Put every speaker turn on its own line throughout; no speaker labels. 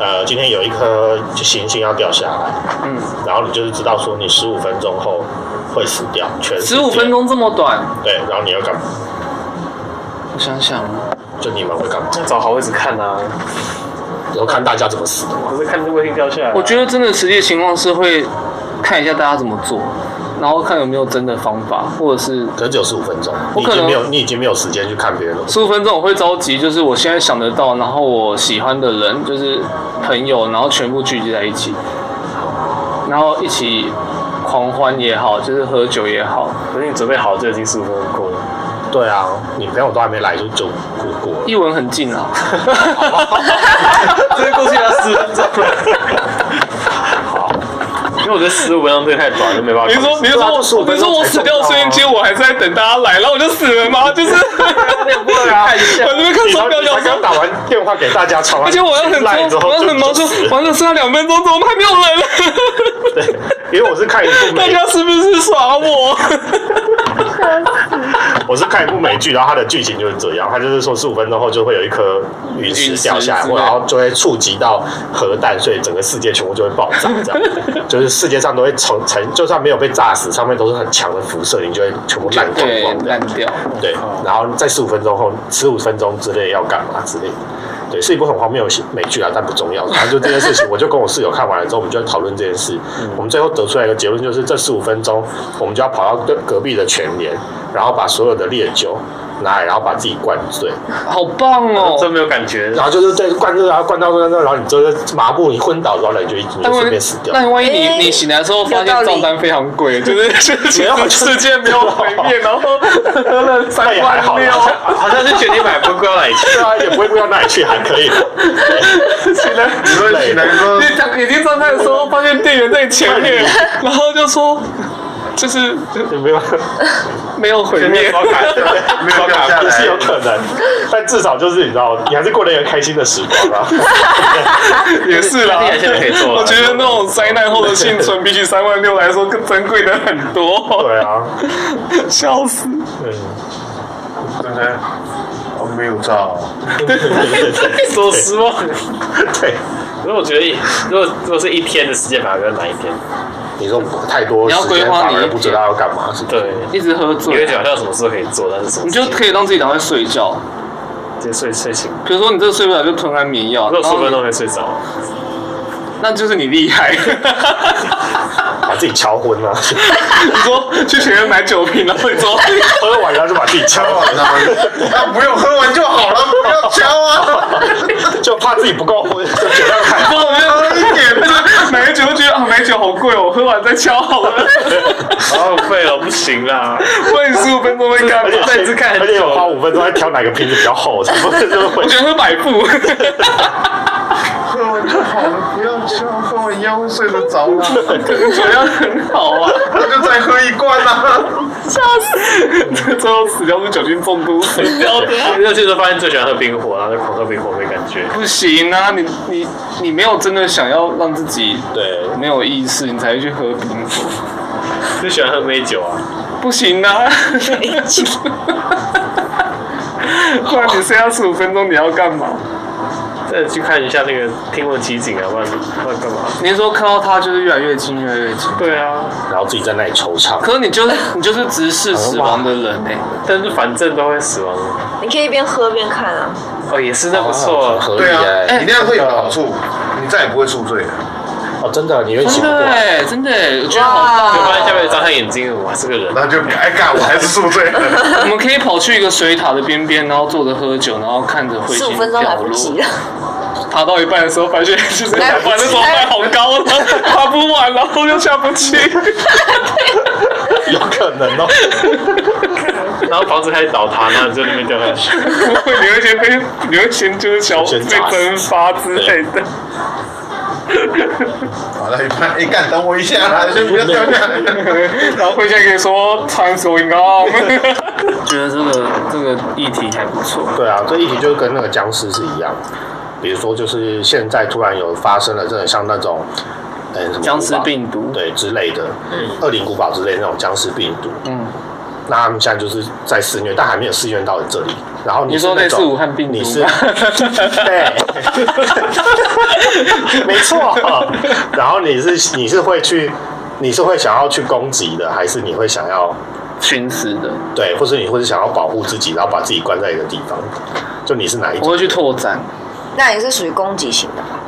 呃今天有一颗行星要掉下来，
嗯，
然后你就是知道说你十五分钟后会死掉，全世界
十五分，钟这么短，
对，然后你要干嘛？
我想想，啊
就你们会干嘛？
那找好位置看啊，
我看大家怎么死的嘛。
不是看这卫星掉下来啊、
我觉得真的实际情况是会看一下大家怎么做，然后看有没有真的方法，或者是
可能只有十五分钟，
我
你已
可能
经没有，你已经没有时间去看别人了。
十五分钟我会着急，就是我现在想得到，然后我喜欢的人就是朋友，然后全部聚集在一起，然后一起狂欢也好，就是喝酒也好，
可是你准备好就已经十五分钟过了，
对啊，你朋友都还没来就就过过了。
一文很近 啊，
这过去要十分钟 好，因为我觉得十五分钟这个太短，就没办法。
你说，你说
15
我，
分钟
你说我
才
死掉
中
的
到啊
瞬间，我还是在等大家来，然后我就死了吗？就是，
不 会啊
哎
看一下我这边看手表，想
才刚
说，
打完电话给大家传完
而且
信
我要很
赖之
忙，
后，
我要很忙，
就就
说
死了
完了剩下两分钟，怎么还没有人？
对，因为我是看一部
大
美，
家是不是耍我？
我是看一部美剧，然后它的剧情就是这样，它就是说十五分钟后就会有一颗陨石掉下
陨
来，
石之类
然后就会触及到核弹，所以整个世界全部就会爆炸，这 样就是世界上都会成成，就算没有被炸死，上面都是很强的辐射，你就会全部烂光
对
光，这样
烂掉。
对，
哦
然后在十五分钟后，十五分钟之内要干嘛之类的。对，是一部很荒谬的美剧啊，但不重要。反正就这件事情，我就跟我室友看完了之后，我们就在讨论这件事。
嗯
我们最后得出来一个结论，就是这十五分钟，我们就要跑到隔隔壁的全联，然后把所有的烈酒拿来，然后把自己灌醉，
好棒
真
哦！
没有感觉。
然后就是对灌醉，然后灌到那那，然后你就是麻木，你昏倒之后，你就你就
但万
顺
一
便死掉。
但万一你
哎
你醒来之后发
有
现
道理
账单非常贵，就是
没有
就是世界没有毁灭，然后
喝了三
那也还好啦，
好像是决定买不过来钱。
对啊，也不会贵到哪里去，还可以。
醒来，你说醒来说
你讲眼睛张开的时候，发现店员在前面，然后就说，就是
有没有？
没有毁
没有
灭。
刷卡，没有卡下
也是有
来，
可能，但至少就是你知道，你还是过了一个开心的时光啊。
也是啦
那你还，现在可以做啦
我觉得那种灾难后的幸存，比起三万六来说更珍贵的很多。
对啊，
笑死！
嗯，
真的，我没有照，
对对对对
多失望。
对，
可是我觉得，如果如果是一天的时间，反而比较难一点。
你说太多时间反而不知道要干嘛是吧？
对，
一直喝
你会
醉
觉，得好像什么事都可以做，但是什么
你就可以让自己赶快睡觉。
直接睡睡醒，
比如说你这睡不了，就吞安眠药，
如果
然
十
后
分
你
钟没睡着，
那就是你厉害。
把自己敲昏了，
你说去学院买酒瓶，然后你说
喝完然后就把自己敲完了，
那不用喝完就好了，不要敲啊，
就怕自己不够昏，就觉得 太
我没有一啊点，买酒就觉得啊买酒好贵哦，我喝完再敲好了。
好浪费了，不行啦。
问你十五分钟会干
而
嘛？
且
次看很
而
久
且我花五分钟在挑哪个瓶子比较 厚，才不会这么
我
会。
觉得会摆布。
喝完就好了，不要敲，跟我一样会睡得着啦。
酒量很好啊，
那就再喝一罐啦。
最后死掉是酒精中毒死掉的。
热气就发现最喜欢喝冰火，然后就狂喝冰火没感觉。
不行啊，你你你没有真的想要让自己
对，
没有意识，你才会去喝冰酒。
就喜欢喝美酒啊，
不行 啊，不然你剩下十五分钟你要干嘛？
再去看一下那个听闻奇景啊，不然不然干嘛？
你是说看到他就是越来越近，越来越近？
对啊，
然后自己在那里惆怅。
可是你就是你就是直视死亡的人欸呢、
但是反正都会死亡的
你可以一边喝边看啊，
哦，也是那不错
哦，合理
对
耶
啊，你那样会有好处，你再也不会宿醉了。
哦，真的，你会醒过
真的
来。
哎、真的哎、我觉得好
哇
就
棒、
发现下
哦。
面张开眼睛，我还是个人。
然后就哎干，我还是宿醉了。
我们可以跑去一个水塔的边边，然后坐着喝酒，然后看着彗
十五
星
分钟来
掉
不及
落。
了。
爬到一半的时候，发现就是
来不及
玩的时候
来
卖好
不
高了， 爬不完，然后又下不去。
有可能哦，
然后房子开始倒塌，然后你就那边掉下 去。
不会，你会先被，你会先就是小
先
被
砸死
蒸发之类的。
好了，一半，哎干，等我一下啦，先不要掉下来。
然后会先跟你说 time going on。觉得这个这个议题还不错。
对啊，这议题就是跟那个僵尸是一样的。比如说，就是现在突然有发生了这种像那种，嗯、什么
僵尸病毒
古堡对之类的，恶灵古堡之类的那种僵尸病毒，
嗯，
那他们现在就是在肆虐，但还没有肆虐到你这里。然后
你
你是
说类
那
似
种
武汉病毒吗？
你是对， 没错。然后你是你是会去，你是会想要去攻击的，还是你会想要
寻死的，
对，或是你会是想要保护自己，然后把自己关在一个地方？就你是哪一
我
种？
会去拓展，
那你是属于攻击型的吧？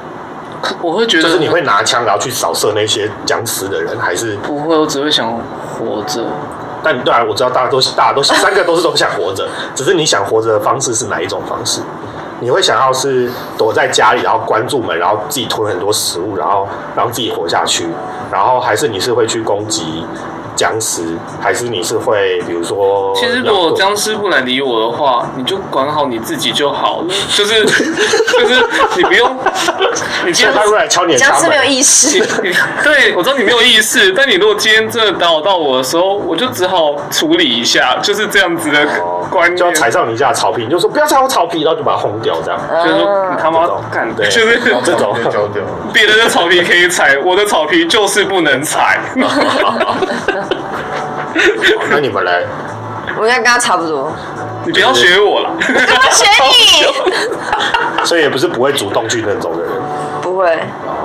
我会觉得
就是你会拿枪然后去扫射那些僵尸的人，还是？
不会，我只会想活着。
但当然我知道大家都大家都三个都是都想活着，只是你想活着的方式是哪一种方式？你会想要是躲在家里，然后关住门，然后自己囤很多食物，然后让自己活下去，然后还是你是会去攻击僵尸，还是你是会比如说？
其实如果僵尸不来理我的话，你就管好你自己就好 了，就是就是你不用，你今
现
天
在他如果来敲你的
僵
家
尸没有
门，
意识
你，你对我知道你没有意识，但你如果今天真的打扰到我的时候，我就只好处理一下，就是这样子的
哦
观念，
就要踩上你家的草皮，你就说不要踩我草皮，然后就把它轰掉这样。
就是说
嗯
你他妈
这种
干
对
就是
这种
就丢掉。
别人的草皮可以踩，我的草皮就是不能 踩。
那你们来，
我应该跟他差不 多。
你不要学我了，
怎么选你？
所以也不是不会主动去那种的人。
不会，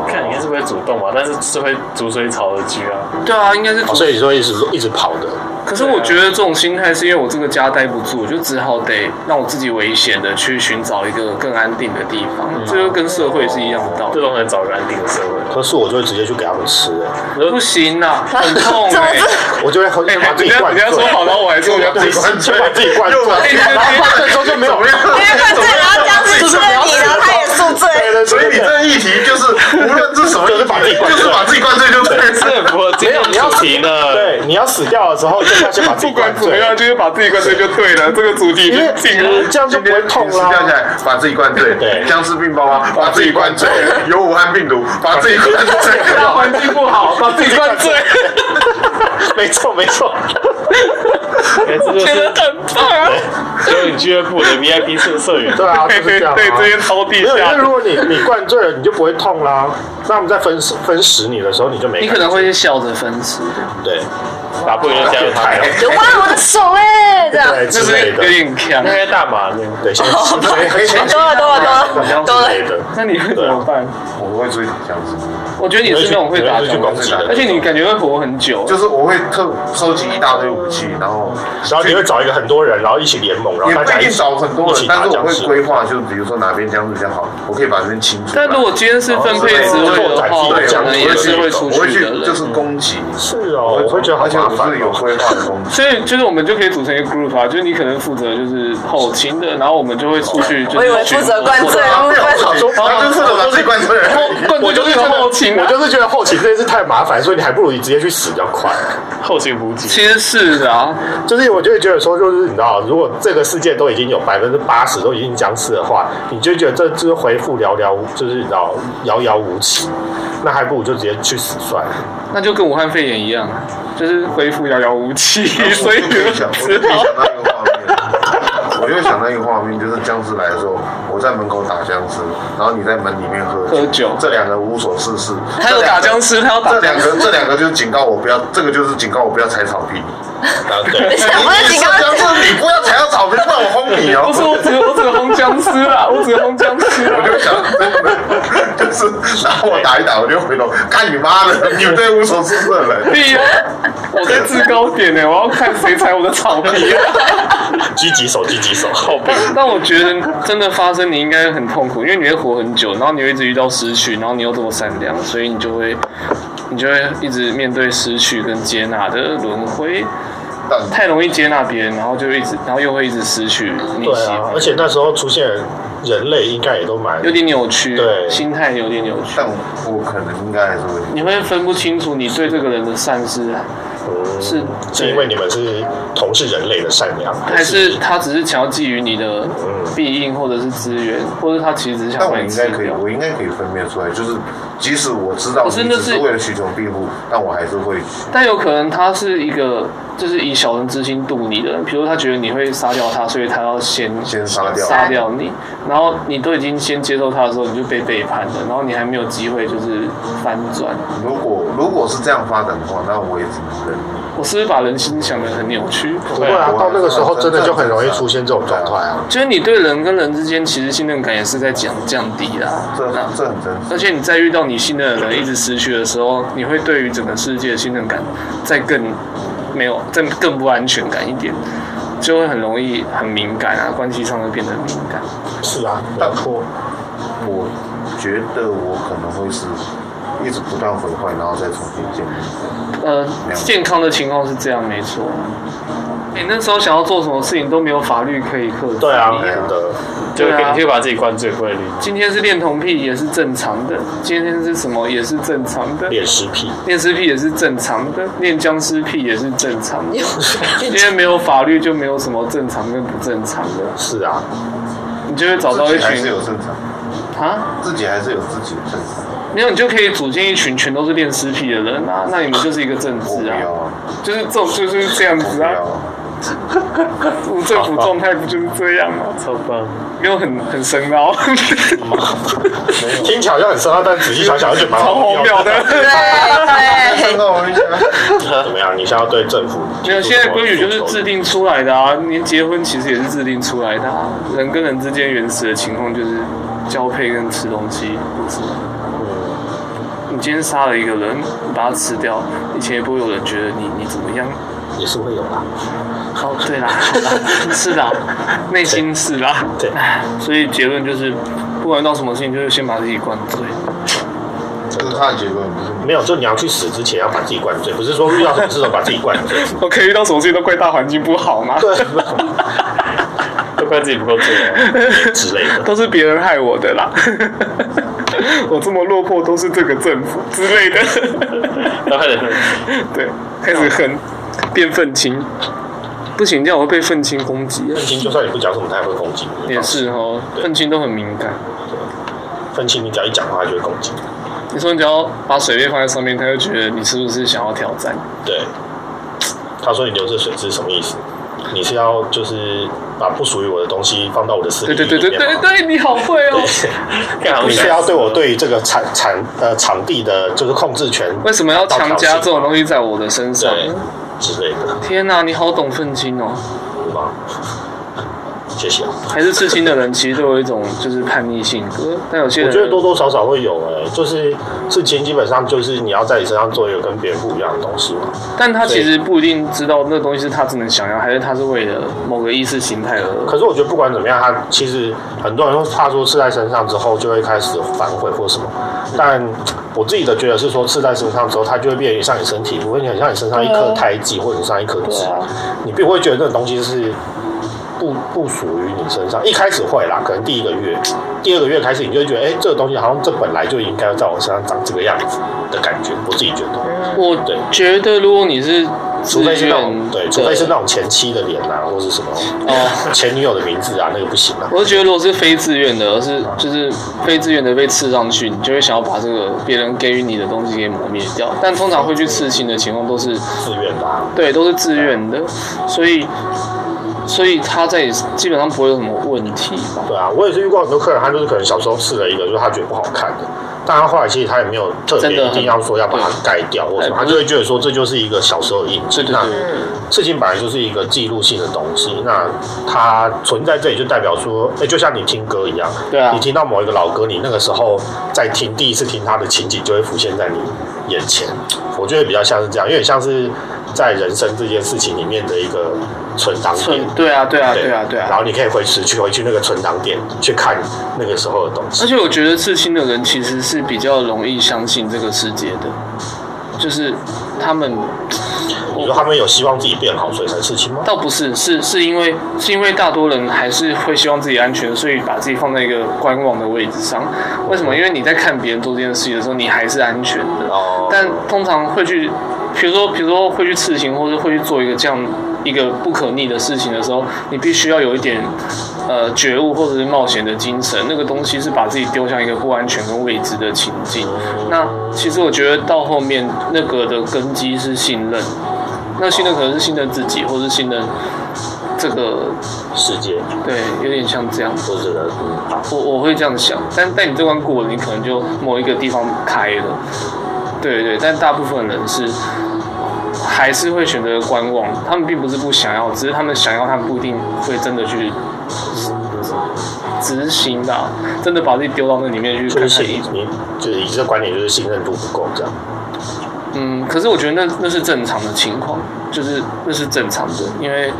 看你应该是不会主动啊吧，但是是会逐水草而居啊。
对啊，应该是
哦，所以说一直一直跑的，
可是我觉得这种心态是因为我这个家待不住，我就只好得让我自己危险的去寻找一个更安定的地方，这就跟社会是一样的道
这
理。
种很找个安定的社会，
可是我就会直接去给他们吃、欸，
不行啊，很痛
怎么
哎、欸！
我就会喝，
哎、
把自
人
己
家
灌
人
醉
家。说好，然后我还说我要自己
灌醉，把自己灌醉，
哎对对
然后灌醉之后就没有了。
因为灌醉，然后僵尸吃了你，然后他也宿
对
醉。
对，
所以你这个议题就是，无论是什么议
就是把自己
题，
灌
就
醉
是把自己灌醉就对了。
这不合今天的主题呢。
对你要死掉的时候，就是要先把自己
不管
灌
怎么
醉，
样，就是把自己灌醉就 对了。这个主题已
因为
经进入，
这样就
今
不会
天
痛
停尸 掉下
啦。
来，把自己灌醉；
对
僵尸病包啊，把自己灌醉；有武汉病毒，把自己灌醉。
环境不好，把自己灌醉，
没错没 错，
哎，这就
觉
是
得很棒啊！
所有俱乐部的 VIP 社社员。
对啊，就
对
是
对
这样啊。
对，这些超地
没有，因
下
为
的
如。果你你灌醉了，你就不会痛啦。那我们在分分食你的时候，你就没
你
感觉。
可能会是笑着分尸，
对
打破人家的台
变态
有哇，我的手哎，这样。
对
就
之
是
类
有
的，
点强。
那些大麻呢？
对，先
哦
先先
多啊了多了多了多
之
了，
类的。
那你会怎么办？
我会追僵尸，
我觉得你是那种会打
去
僵
攻
尸，
击的，
而且你感觉会活很久。
就是我会特收集一大堆武器，然后
然后你会找一个很多人，然后一起联盟，然后
也
大
不
家
一
一
定
起
找很多
一
人
起，
但
打
是我
僵尸
会。规划，就是比如说哪边僵尸比较好，我可以把这边清除。
但如果今天是分配职位的话，
哦
我
对，
可能也是
我
会
去，
出
我会
去
去
的
就是
人。
攻击，
是哦，我会觉得好
而且
麻
我
烦
是有
哦。
规划的攻 击。
所以就是我们就可以组成一个 group 啊，就是你可能负责就是后勤的，然后我们就会出去。就是
我以为负责灌醉，
他
我
没有
以为
好说，他就是负责把自己灌醉。
灌
我
醉
就是
是
觉得
后勤
我
啊。
就是觉得后勤这件事太麻烦，所以你还不如你直接去死比较快。
后勤补给。
其实是的啊，
就是我就会觉得说，就是你知道，如果这个世界都已经有百分之八十都已经僵尸的话，你就觉得这就是回复寥寥，就是你知道遥遥无期。那还不如就直接去死 算了。
那就跟武汉肺炎一样，就是恢复遥遥无 期，所
我
以
就
你
可以
们
想，我
知
就可以
道
想到一个画面，我就会想到一个画面，就是僵尸来的时候，我在门口打僵尸，然后你在门里面喝
喝酒
这两个无所事事。
他有打僵尸，他有打
这
僵
两
尸。
个，这两个就是警告我不要，这个就是警告我不要踩草皮。
啊，对
不是，我是警告
僵尸，你不要踩到草皮，不然我轰你哦
不。是，我只我只轰僵尸啦，我只轰僵尸啊
我
啦。
就想，真的就是，然后我打一打，我就回头，看你妈的，你们这些无所事事的人。
对呀，啊我在制高点呢，我要看谁踩我的草皮啊。
狙击手，狙击手，
但但我觉得真的发生，你应该很痛苦，因为你会活很久，然后你会一直遇到失去，然后你又这么善良，所以你就会，你就会一直面对失去跟接纳的轮回。
但
太容易接纳别人，然后就一直，然后又会一直失去你
对
喜欢，
啊，而且那时候出现人类应该也都蛮
有点扭曲，
对
心态有点扭曲
但，我可能应该还是会。
你会分不清楚你对这个人的善是
嗯
是
是因为你们是同是人类的善良，
还是他只是想要觊觎你的
嗯
庇应或者是资源，或者他其实只是
但
想
我
把你
应
吃
该可以，
掉。
我应该可以分辨出来，就是即使我知道
不是
你
那
只是
是
为了寻求庇护，但我还是会去。
但有可能他是一个就是以小人之心度你的人，比如他觉得你会杀掉他，所以他要先
先杀掉。
杀掉你，然后你都已经先接受他的时候，你就被背叛了，然后你还没有机会就是翻转。
如果如果是这样发展的话，那我也只能忍。
我是不是把人心想得很扭曲？
不会啊，
我
到那个时候
我
真的就很容易出现这种状态啊。
就是你对人跟人之间其实信任感也是在降降低啦。
这
那
这很真实。
而且你在遇到你信任的人一直失去的时候，你会对于整个世界的信任感再更没有，再更不安全感一点，就会很容易很敏感啊，关系上会变得敏感。
是啊，没错。
我觉得我可能会是一直不断毁坏，然后再重新建立。
呃，健康的情况是这样，没错。你、那时候想要做什么事情都没有法律可以克制。
对啊，
对啊
真的。
就
对啊
你就把自己灌醉会里。
今天是恋童癖也是正常的，今天是什么也是正常的，
恋尸癖，
恋尸癖也是正常的，恋僵尸癖也是正常 的。因
有
为没有法律，就没有什么正常跟不正常的，
是啊，
你就会找到
自
一
己还是
群
有正常，
啊，
自己还是有自己的正常。
没有你就可以组建一群全都是练尸癖的人啊，那你们就是一个政
我不
治啊，
要啊，
就是这种就是这样
我不
子
要
啊，
啊。
政府状态不就是这样吗？
超棒！
没有很很深 奥，
听起来好像很深奥，但仔细想想又觉得蛮
超荒谬。哦 的。
对对
哎
看，到我一下，
怎么样？你现在要对政府
没有，现在规矩就是制定出来的啊，连结婚其实也是制定出来的、啊，人跟人之间原始的情况就是交配跟吃东西，不是吗？你今天杀了一个人，你把他吃掉，以前也不会有人觉得你你怎么样。
也是会有啦。
哦，对啦，好啦 是啦，内心是啦，
对
唉，所以结论就是，不管遇到什么事情，就是先把自己灌醉。
这是他的结论，不是
没有，就你要去死之前要把自己灌醉，不是说遇到什么事都把自己灌醉。
OK，遇到什么事情都怪大环境不好吗？
都怪自己不够醉啊。
之类 的。
都是别人害我的啦。 我这么落魄都是这个政府之类的，
然后
对，开始恨，变愤青，不行，这样我会被愤青攻击。
愤青就算你不讲什么，他也会攻击你。
也是哦，愤青都很敏感。
愤青，你只要一讲话，他就会攻击你。
你说你只要把水杯放在上面，他就觉得你是不是想要挑战？
对，他说你流这水是什么意思？你是要就是把不属于我的东西放到我的私
对
密
对
地
对
里
对
面
对
吗？
对，你好会哦。
干好
你是
像
要对我对于这个产产呃场地的就是控制权
为什么要强加这种东西在我的身上
对
呢？
之类的，
天哪、你好懂愤青哦！
对吧？谢谢啊。
还是刺青的人其实都有一种就是叛逆性格，但有些
我
人
觉得多多少少会有哎、就是事情基本上就是你要在你身上做一个跟别人不一样的东西嘛。
但他其实不一定知道那东西是他真的想要，还是他是为了某个意识形态而。
可是我觉得不管怎么样，他其实很多人会怕说刺在身上之后就会开始反悔或什么，但我自己的觉得是说刺在身上之后，它就会变得像你身体，不会很像你身上一颗胎记或者你像一颗痣，你并不会觉得那种东西是。不不属于你身上，一开始会啦，可能第一个月、第二个月开始，你就会觉得，哎、这个东西好像这本来就应该在我身上长这个样子的感觉，我自己觉得，
我
对
觉得如果你是
除
自
非是
愿
那
的，
种对，除非是那种前妻的脸啊，或是什么
哦，
前女友的名字啊，那个不行啊。
我是觉得如果是非自愿的，而是就是非自愿的被刺上去，你就会想要把这个别人给予你的东西给磨灭掉。但通常会去刺青的情况都是
自愿的、啊，
对，都是自愿的，所以所以他在基本上不会有什么问题吧？
对啊，我也是遇过很多客人，他就是可能小时候试了一个，就是他觉得不好看的，但他后来其实他也没有特别
真的
一
很
定要说要把它盖掉或什么，
哎
他就会觉得说这就是一个小时候的印记。
对对
那
对
事情本来就是一个记录性的东西，那它存在这里就代表说，哎、就像你听歌一样，
对啊
你听到某一个老歌，你那个时候在听第一次听它的情景就会浮现在你眼前。我觉得比较像是这样，有点像是在人生这件事情里面的一个存档点
对。对啊，对啊，对啊，对啊
然。后你可以回去去回去那个存档点去看那个时候的东
而
西。
且我觉得刺青的人其实是比较容易相信这个世界的，就是他们
你说他们有希望自己变好，所以才事情吗？
倒不是是是因为是因为大多人还是会希望自己安全，所以把自己放在一个观望的位置上。为什么？因为你在看别人做这件事情的时候，你还是安全的。啊
哦
但通常会去，比如说，比如说会去刺青，或者会去做一个这样一个不可逆的事情的时候，你必须要有一点呃觉悟或者是冒险的精神。那个东西是把自己丢向一个不安全跟未知的情境。那其实我觉得到后面那个的根基是信任。那信任可能是信任自己，或是信任这个，
世界，
对，有点像这样。
我觉得嗯好，
我我会这样想，但但你这关过了，你可能就某一个地方开了，对对，但大部分人是还是会选择观望，他们并不是不想要，只是他们想要，他们不一定会真的去执行的啊，真的把自己丢到那里面去
就
看
是
看
信
你。
你就是你这观点就是信任度不够这样。
嗯，可是我觉得那那是正常的情况，就是那是正常的，因为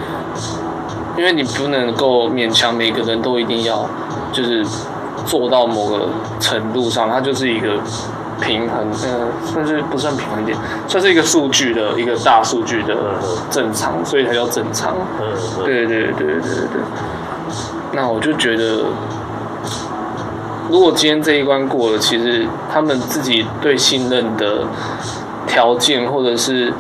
因为你不能够勉强每个人都一定要就是做到某个程度上，它就是一个平衡，呃，算是不算平衡点，算是一个数据的一个大数据的正常，所以才叫正常。
嗯，嗯
对对对对对对。那我就觉得，如果今天这一关过了，其实他们自己对信任的条件或者是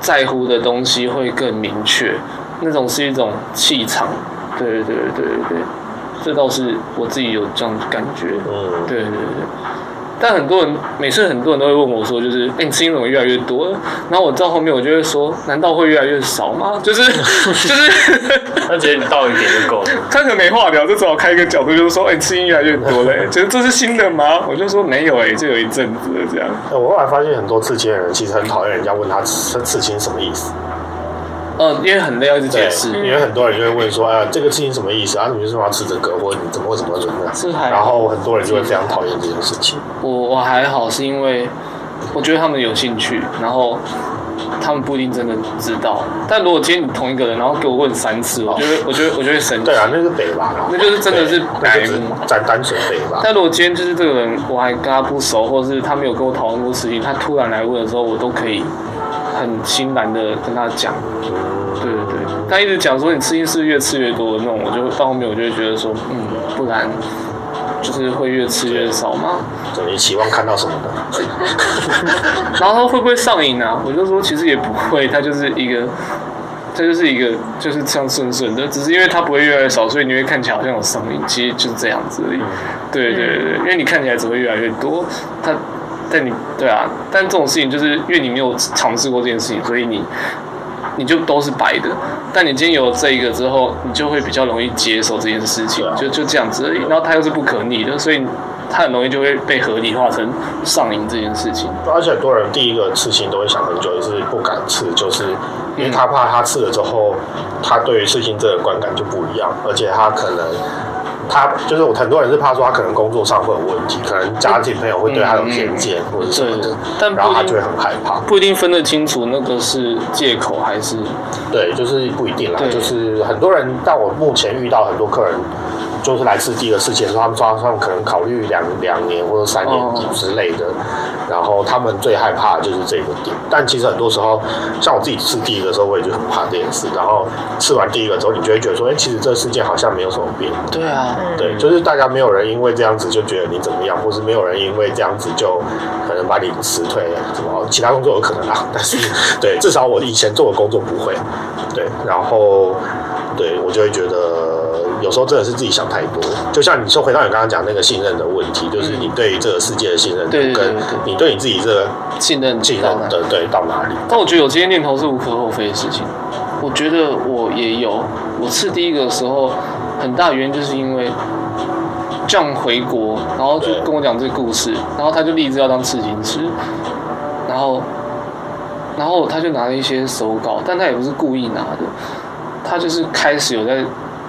在乎的东西会更明确，那种是一种气场。对对对对对，这倒是我自己有这样的感觉。
嗯，
对对对。但很多人每次很多人都会问我说，就是哎、诶你声音怎么越来越多了？然后我到后面我就会说，难道会越来越少吗？就是 就是，
那觉得你到一点就够了。
他可能没话聊，就只好开一个角度，就是说，哎、声音越来越多了、觉得这是新的吗？我就说没有、哎，就有一阵子了这样。
哎我后来发现很多刺青的人其实很讨厌人家问他刺刺青什么意思，
嗯，因为很累，要一直
对
解释，。
因为很多人就会问说，哎，这个刺青什么意思啊？你为什么要吃这个？或者你怎么为什么要怎么
是
样？
还
然后很多人就会非常讨厌这件事情。
我我还好，是因为我觉得他们有兴趣，然后他们不一定真的知道。但如果今天你同一个人，然后给我问三次，我觉得我觉得我就会生气
对。啊，那是北吧，
那就是真的是
对那就只是
白目
单单纯北吧。
但如果今天就是这个人，我还跟他不熟，或是他没有跟我讨论过事情，他突然来问的时候，我都可以很欣然的跟他讲。对对对，他一直讲说你吃进是越吃越多的那种，我就到后面我就会觉得说，嗯，不然就是会越吃越少嘛。
对你期望看到什么呢？
然后他会不会上瘾啊？我就说其实也不会，他就是一个，他就是一个就是这样顺顺的，只是因为他不会越来越少，所以你会看起来好像有上瘾，其实就是这样子而
嗯
已。对对对，因为你看起来只会越来越多，他但你对啊，但这种事情就是因为你没有尝试过这件事情，所以你。你就都是白的，但你今天有了这一个之后，你就会比较容易接受这件事情，
对啊
就就这样子而已。然后它又是不可逆的，所以它很容易就会被合理化成上瘾这件事情。
而且很多人第一个刺青都会想很久，也是不敢刺，就是因为他怕他刺了之后，他对于刺青这个观感就不一样，而且他可能。他就是我，很多人是怕说他可能工作上会有问题，可能家庭朋友会对他有偏见或者什么
嗯对
的，
但不
然后他
一定
就会很害怕。
不一定分得清楚那个是借口还是
对，就是不一定啦，
对
就是很多人，但我目前遇到很多客人，就是来自第一个事情的时候，他们说他们可能考虑两两年或者三年
哦
之类的，然后他们最害怕的就是这个点。但其实很多时候，像我自己吃第一个的时候，我也就很怕这件事。然后吃完第一个之后，你就会觉得说，哎、其实这事件好像没有什么变。
对啊，
对，就是大家没有人因为这样子就觉得你怎么样，或是没有人因为这样子就可能把你辞退什么，其他工作有可能啊， 但是对，至少我以前做的工作不会，对，然后对我就会觉得有时候真的是自己想太多，就像你说回到你刚刚讲那个信任的问题，就是你对于这个世界的信任度
嗯对对对
跟
对
你对你自己这个
信任
信
到
任
哪
的对到哪里，
但我觉得有这些念头是无可厚非的事情。我觉得我也有，我刺第一个的时候，很大原因就是因为这样回国，然后就
对
跟我讲这个故事，然后他就立志要当刺青师，然后，然后他就拿了一些手稿，但他也不是故意拿的，他就是开始有在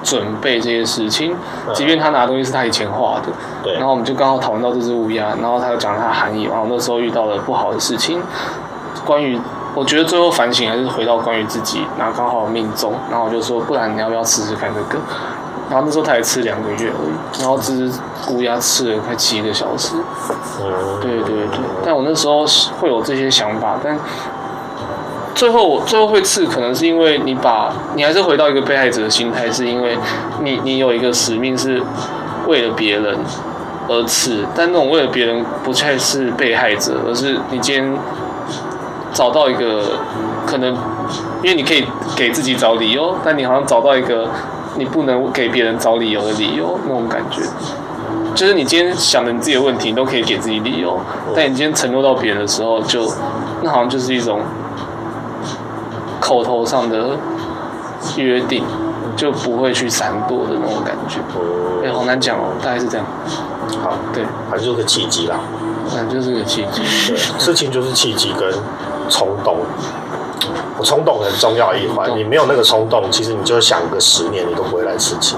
准备这些事情，
嗯
即便他拿的东西是他以前画的，
对
然后我们就刚好讨论到这只乌鸦，然后他就讲它的含义，然后那时候遇到了不好的事情，关于我觉得最后反省还是回到关于自己，然后刚好命中，然后我就说不然你要不要试试看这个？然后那时候他也吃两个月而已，然后这只乌鸦吃了快七个小时，
嗯，
对对对，但我那时候是会有这些想法，但最后我最后会刺，可能是因为你把你还是回到一个被害者的心态，是因为你你有一个使命是为了别人而刺，但那种为了别人不再是被害者，而是你今天找到一个可能，因为你可以给自己找理由，但你好像找到一个你不能给别人找理由的理由那种感觉。就是你今天想的你自己的问题，你都可以给自己理由，但你今天承诺到别人的时候就，那好像就是一种口头上的约定，就不会去闪躲的那种感觉。哎、好难讲哦，大概是这样。
嗯好，
对，
反正就是个契机啦。
反正就是个契机。
对，事情就是契机跟冲动。我冲动很重要一环，你没有那个冲动，其实你就想个十年，你都不会来事情。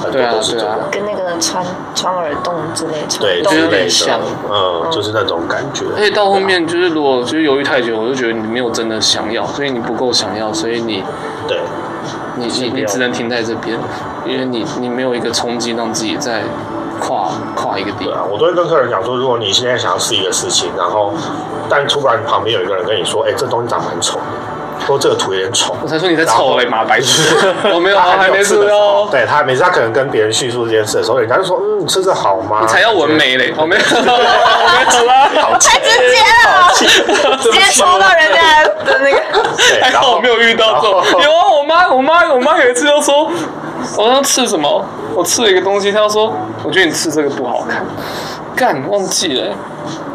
很多
对啊
都是这样
对，啊
跟那个穿穿耳洞之类，穿
对
洞
之
啊有
类
点
的
像，
嗯，就是那种感觉。
而且到后面就是，如果就是犹豫太久，我就觉得你没有真的想要，所以你不够想要，所以你
对，
你你你只能停在这边，因为你你没有一个冲击让自己再跨跨一个地
对啊
方。，
我都会跟客人讲说，如果你现在想要试一个事情，然后但突然旁边有一个人跟你说，哎，这东西长蛮丑的，说这个图有点丑，
我才说你在臭嘞，马白痴！ 我没有
他
啊，
还
还
没
没
有吃
说
的时候，
哟，
对他每次他可能跟别人叙述这件事的时候，人家就说，嗯，吃这好吗？
你才要纹眉嘞，我没有，我没有啦，
太直接 了，啊直接戳到人家的那个。
对，
还
然
好
后
我没有遇到这
然
种。
后
有啊，我妈我妈我妈有一次就说，我要吃什么？我吃了一个东西，她就说，我觉得你吃这个不好看，干忘记了。欸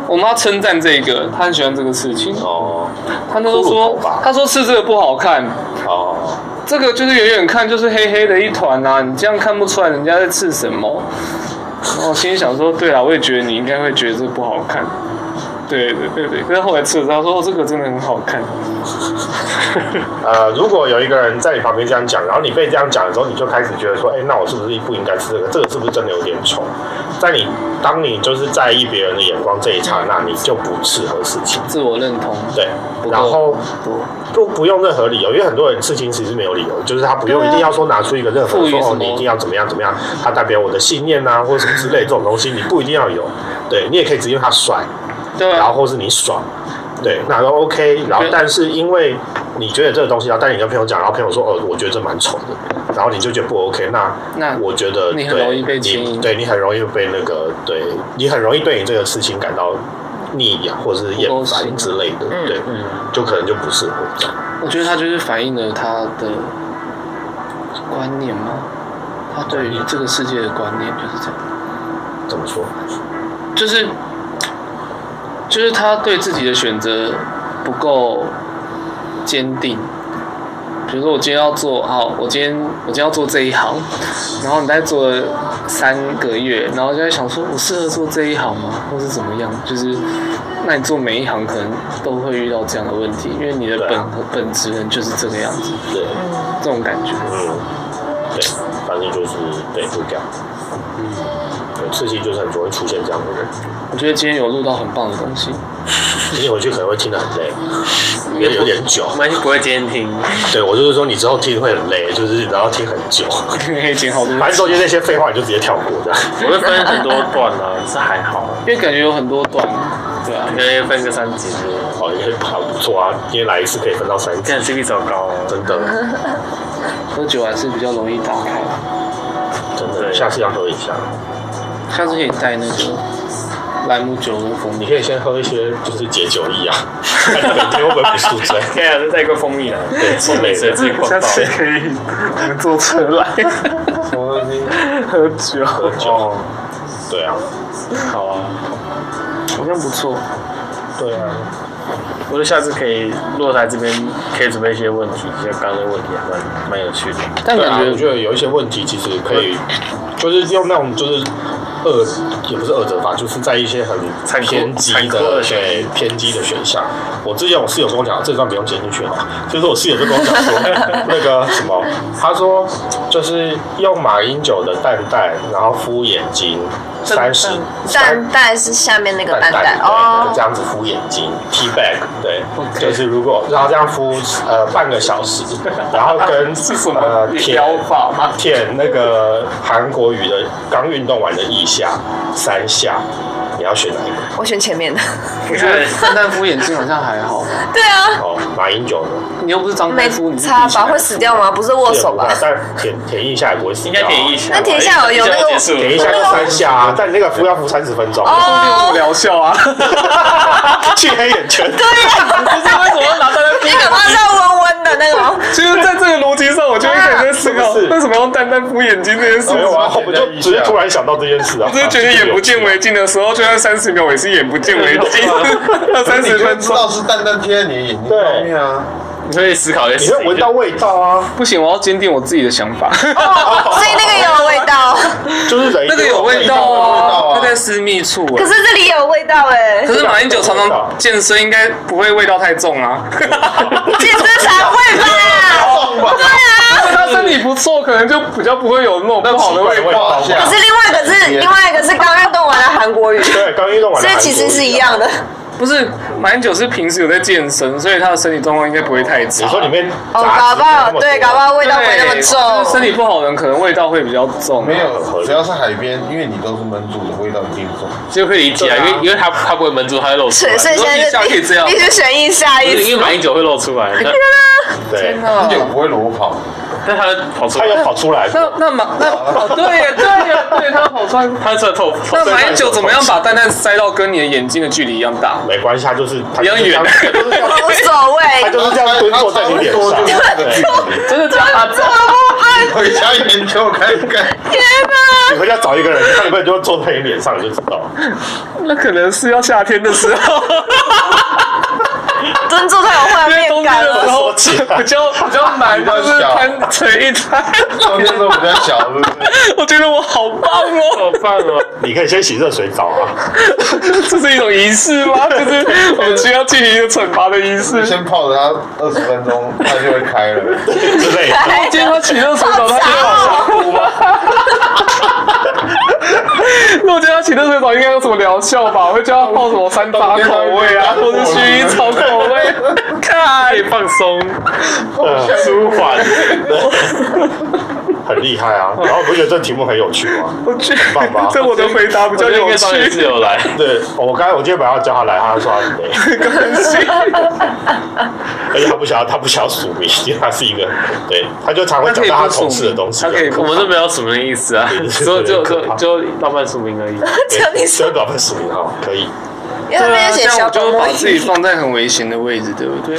我妈称赞这个，她很喜欢这个事情。
哦
她那时候
骷髅头
说
吧，
她说吃这个不好看，
哦，
这个就是远远看就是黑黑的一团啊，你这样看不出来人家在吃什么。然后我心里想说，对啊，我也觉得你应该会觉得这不好看。对对对对，可是后来吃了，他说、哦、这个真的很好看。
呃，如果有一个人在你旁边这样讲，然后你被这样讲的时候，你就开始觉得说，哎、那我是不是不应该吃这个？这个是不是真的有点丑？在你当你就是在意别人的眼光这一刹那，你就不适合事情。
自我认同，
对
不，过
然后
不
不不用任何理由，因为很多人事情其实没有理由，就是他不用
对
一
啊
定要说拿出一个任何
赋予
说
什
哦
么
你一定要怎么样怎么样，它代表我的信念啊或者什么之类这种东西，你不一定要有，对你也可以直接用它甩，
对
然后
啊，
或是你爽，对，那都 OK。然后
对
但是因为你觉得这个东西，然后但你跟朋友讲，然后朋友说哦，我觉得这蛮丑的，然后你就觉得不 OK。那
那
我觉得
你很
对
容易被
你
牵引
对你很容易被那个，对你很容易对你这个事情感到腻呀，或者是厌
不高
烦
兴
之类的，
嗯
对，就可能就不适合这样。
我觉得他就是反映了他的观念嘛，他对于这个世界的观念就是这样。
怎么说？
就是就是他对自己的选择不够坚定。比如说，我今天要做好，我今天我今天要做这一行，然后你在做了三个月，然后就在想说，我适合做这一行吗，或是怎么样？就是，那你做每一行可能都会遇到这样的问题，因为你的
对
本、
啊
本职人就是这个样子，
对，
这种感觉。
嗯，对，反正就是对，就这样。嗯，对，事情就是很容易出现这样的人，
我觉得今天有录到很棒的东西，
今天回去可能会听得很累，因为有点久。
没关系，不会监听。
对，我就是说你之后听会很累，就是然后听很久，
可以剪好多
反正中间那些废话你就直接跳过这样。
我会分很多段 啊，是还好，
因为感觉有很多段，对啊。
可以分个三集左右。
哦，也好不错啊，今天来一次可以分到三次
现，在 CP 走高 哦，
真的
喝酒还是比较容易打开，
真的，下次要喝一下。
下次可以带那个兰姆酒跟蜂
你
蜜。
可以先喝一些就是解酒液啊，看每天会不会不 宿醉。
对啊，就带个蜂蜜来，对，
蜂
蜂
蜜
蜜直接广告。
可以我们坐车来
什么东西？
喝酒，
喝酒？
哦，
对啊，
好啊，
好像不错。
对啊，
我觉得下次可以落台这边可以准备一些问题，像刚刚的问题还蛮蛮有趣的。
但
对啊，
感
我
觉
觉得有一些问题其实可以，就是用那种就是。二也不是二折法，就是在一些很
残酷
偏激
残酷
的
的选
对偏激的选项。我之前我室友跟我讲，这段不用剪进去哈。就是我室友就跟我讲说，那个什么，他说就是用马英九的蛋蛋，然后敷眼睛，三十
蛋蛋是下面那个蛋蛋
对，就这
哦，
样子敷眼睛，T bag，对
OK
就是如果然后这样敷呃半个小时，然后跟
是什么
呃舔
疗法吗？
舔那个韩国语的刚运动完的腋下三下，你要选哪一个？
我选前面的。
我
我
觉得蛋蛋敷眼睛好像还好，
对啊，
哦，马英九呢？
你又不是张
没
开敷，你是
擦
闭起
吧，
来
会死掉吗？不是握手吧
这？也不啊怕但舔舔腋下也不会死
应
掉
该
啊，
点一下吧，
那舔一下哦有有那个
结束
舔一下就三下啊，但你那个敷要敷三十分钟，
有什么
哦，
疗效 啊？
去黑眼圈。
对啊 呀，
这是为什么要拿蛋蛋敷
那？个放在温温的那种，
其实在这个逻辑上，我就一开始在思考，
是不是
为什么用蛋蛋敷眼睛这件事
没有
情？
啊，我就只是突然想到这件事啊，
我真的觉得眼不见为净的时候，就算三十哎 秒也是眼不见为净，要三
你
十
就
分
知
钟。
道是蛋蛋贴在你眼睛上面啊，
你可以思考一下，
你会闻到味道啊，
不行，我要坚定我自己的想法。
哦，所以那个也有味道，
就是人一
那
定
个有
会
味
闻
道
到
啊，
味
那
道
在
啊。
私密处哎
可。是这里也有味道哎
可，是马英九常
味道
常健身，应该不会味道太重啊。
健身才 会吧？对啊。
他身体不错，可能就比较不会有那种不好的味
味
道。
道啊
下
可是另外一个是另外一个是刚运动完的韩国语，所
对，刚运动完的
以
韩国啊
其实是
瑜
一样的。
不是马英九是平时有在健身，所以他的身体状况应该不会太差。
你说里面
哦，
杂
搞
质
不好
那么
对，
多
搞不好味
对
道不会那么
就是
重
身。体不好的人可能味道会比较重。
没有，只要是海边，因为你都是焖煮的，味道一定重。
就可以理解啊，因
对啊
为因为他他不会闷住，他会露出
所
来。
以所以现在
如果
就
你下可以这 样
必必须选一下
不
一
是因为马英九会露出来， 但
对，
而且我不会裸跑，
但他跑出
它有
来，
跑出来
那
过，
那马那哦对耶对耶对，他好穿。
他出来透。
那
透
马英九怎么样把蛋蛋塞到跟你的眼睛的距离一样大？
没关系，它就是它
比较
就是这样
远
它就是这样
无所
它
谓，
就是这样蹲坐在你脸
他差
上
不多，就是这个距离。
真的假的？
回家研究看看。
天哪！
你回家找一个人，看有没有人就坐在你脸上，你就知道。
那可能是要夏天的时候，
蹲坐太有画
因为
面
冬天
感
的时
了。
候比较比较难，
比较
就是
小
摊成一摊。
冬天都比较小，是不是？
我觉得我好棒哦！
好棒哦！
你可以先洗热水澡啊，
这是一种仪式吗？就是我们需要进行一个惩罚的仪式。
先泡着它二十分钟，它就会开了。
之类
哎
的。
今天他请热水澡，他应该往下哭吧？如果今天他请热水澡，应该有什么疗效吧？会叫他泡什么三八口味啊，或者薰衣草口 味？看
可以，放松，
呃
舒缓。
很厉害啊！然后你不觉得这题目很有趣吗？
我去
棒吧，
这我的回答比
我觉
较
得应
有
该双也是
趣。
有来，
对，哦我刚才我今天本来要叫他来，他说他 没， 而且他不想要，他不想要署名，因为他是一个，对，他就常会讲到他同事的东西啊，
他可以不署
我
名
们都没有署名意思啊，就就就就老板署名而已。
对
只有你
只
说
有，搞份署名哈，可以，
因为他边写
啊这样
小
我就
狗
会
猫
把自己放在很危险的位置，对不对？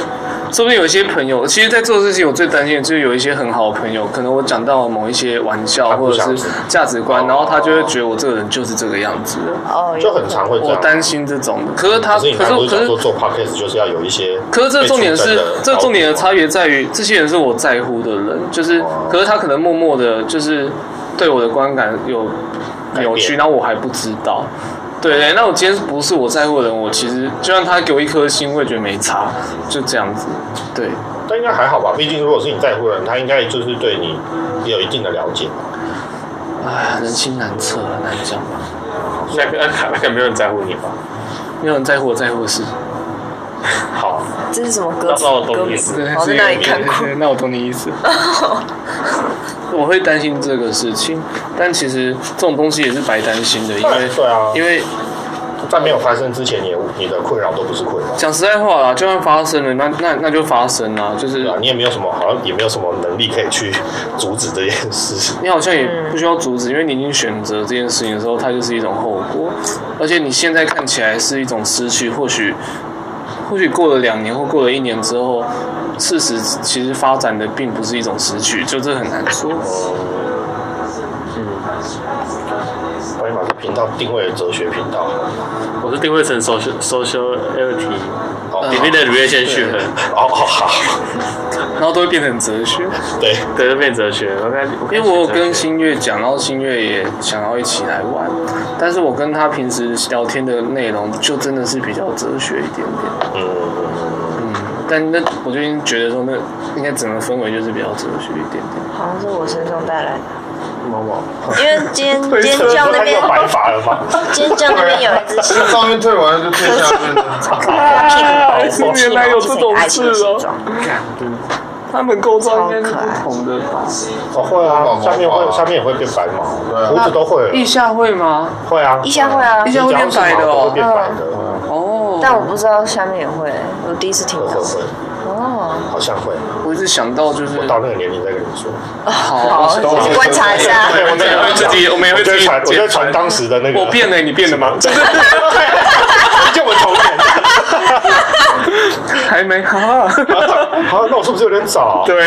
说不定有一些朋友，其实，在做事情，我最担心的就是有一些很好的朋友，可能我讲到某一些玩笑
他不哦
或者
想
是价值观，然后他就会觉得我这个人就是这个样子的。
哦，
就很常会这
我
样。
担心这种的，可是他，
可
可
是
是
你刚刚不是
可
讲说
是
做 podcast 就是要有一些被
可是
出征的高度吗，
这重点是，这重点的差别在于，这些人是我在乎的人，就是，
哦
可是他可能默默的，就是对我的观感有扭曲，然后我还不知道。对对，那我今天不是我在乎的人，我其实就算他给我一颗心，我也觉得没差，就这样子。对，
但应该还好吧？毕竟如果是你在乎的人，他应该就是对你也有一定的了解嘛。
哎，人心难测，很难讲。
那个那个没有人在乎你吧？
没有人在乎我在乎的事。
好，
这是什么歌词？
那我懂
歌
你意
词
思
对，
我在哪里看过？
对对哦那我懂你意思。 我会担心这个事情，但其实这种东西也是白担心的，因为
对啊
因为
在没有发生之前，你的你的困扰都不是困扰，
讲实在话啦，就算发生了，那那那就发生啦，就是
对啊，你也没有什么好像也没有什么能力可以去阻止这件事。
你好像也不需要阻止，因为你已经选择这件事情的时候，它就是一种后果，而且你现在看起来是一种失去，或许或许过了两年或过了一年之后，事实其实发展的并不是一种失去，就这很难说。
关于把这频道定位为哲学频道，
我是定位成 social social LT
哦
里面的 relationship，
哦哦好，
然后都会变成哲学。
对，
对，就变哲学。我刚
因为我有跟新月讲，然后新月也想要一起来玩，但是我跟他平时聊天的内容就真的是比较哲学一点点，
嗯，
但那我就已经觉得说那应该整个氛围就是比较哲学一点点。
好像是我身上带来的，
毛毛，
因为今天今天江那边
又，白发了吗？
今天江那边有一只新
这上啊面退完就退下面了。
啊
屁股
原来有这种事哦他们构造应该是
超可爱
不同的吧？
哦会啊，下面会下面也会变白毛，胡子都会
地下会吗？
会啊，
一下会啊
一，下会变白的
会
哦。
变白的，
哦，
但我不知道下面也会，我第一次听
嗯会
到
会。会，
哦，
好像会。
我一直想到就是
我到那个年龄再跟你说。
好，啊
好，我观察一下。
对，我
对我自 己我们也会
我就
自己
传，我
剪
就传当时的那个。
我变了，你 变了吗？
就我同年。
还没啊哈。
好，那我是不是有点早？，
对，